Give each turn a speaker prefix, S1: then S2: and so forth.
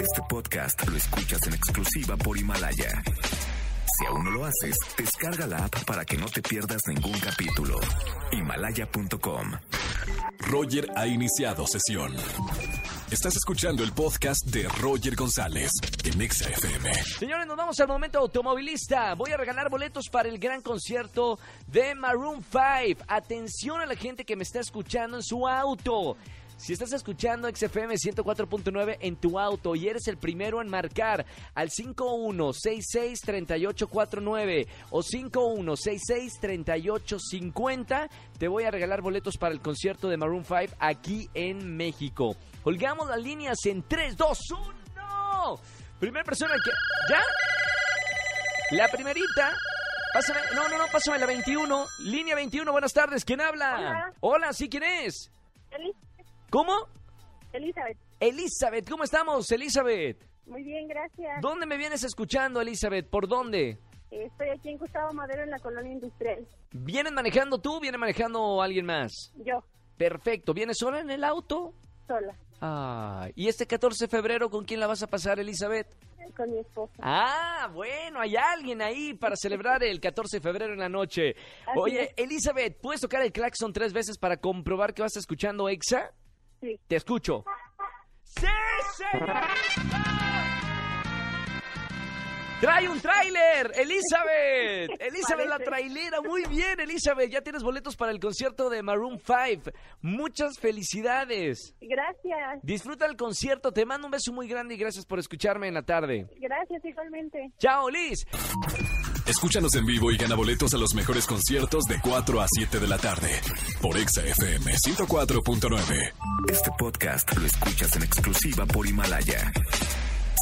S1: Este podcast lo escuchas en exclusiva por Himalaya. Si aún no lo haces, descarga la app para que no te pierdas ningún capítulo. Himalaya.com.
S2: Roger ha iniciado sesión. Estás escuchando el podcast de Roger González en Exa FM.
S3: Señores, nos vamos al momento automovilista. Voy a regalar boletos para el gran concierto de Maroon 5. Atención a la gente que me está escuchando en su auto. Si estás escuchando XFM 104.9 en tu auto y eres el primero en marcar al 5166-3849 o 5166-3850, te voy a regalar boletos para el concierto de Maroon 5 aquí en México. Colgamos las líneas en 3, 2, 1. Primera persona que... ¿Ya? La primerita. Pásame, no, no, no, pásame la 21. Línea 21, buenas tardes. ¿Quién habla? Hola, sí, ¿quién es?
S4: Eli-
S3: ¿Cómo?
S4: Elizabeth,
S3: Elizabeth, ¿cómo estamos, Elizabeth?
S4: muy bien, gracias.
S3: ¿Dónde me vienes escuchando, Elizabeth? ¿Por dónde?
S4: Eh, Estoy aquí en Gustavo Madero, en la colonia industrial.
S3: ¿Vienes manejando tú o viene manejando alguien más?
S4: Yo,
S3: Perfecto, ¿vienes sola en el auto?
S4: sola,
S3: Ah, ¿y este 14 de febrero con quién la vas a pasar, Elizabeth?
S4: con mi esposa.
S3: Ah, bueno, hay alguien ahí para celebrar el 14 de febrero en la noche.
S4: Así
S3: Oye,
S4: es.
S3: Elizabeth, ¿puedes tocar el claxon tres veces para comprobar que vas escuchando EXA?
S4: Sí.
S3: Te escucho. ¡Sí, señorita! ¡Trae un tráiler! ¡Elizabeth! ¡Elizabeth la
S4: Parece.
S3: trailera! Muy bien, Elizabeth. Ya tienes boletos para el concierto de Maroon 5. Muchas felicidades.
S4: Gracias,
S3: Disfruta el concierto. Te mando un beso muy grande y gracias por escucharme en la tarde.
S4: gracias igualmente.
S3: ¡Chao, Liz!
S2: Escúchanos en vivo y gana boletos a los mejores conciertos de 4 a 7 de la tarde por Exa FM 104.9.
S1: Este podcast lo escuchas en exclusiva por Himalaya.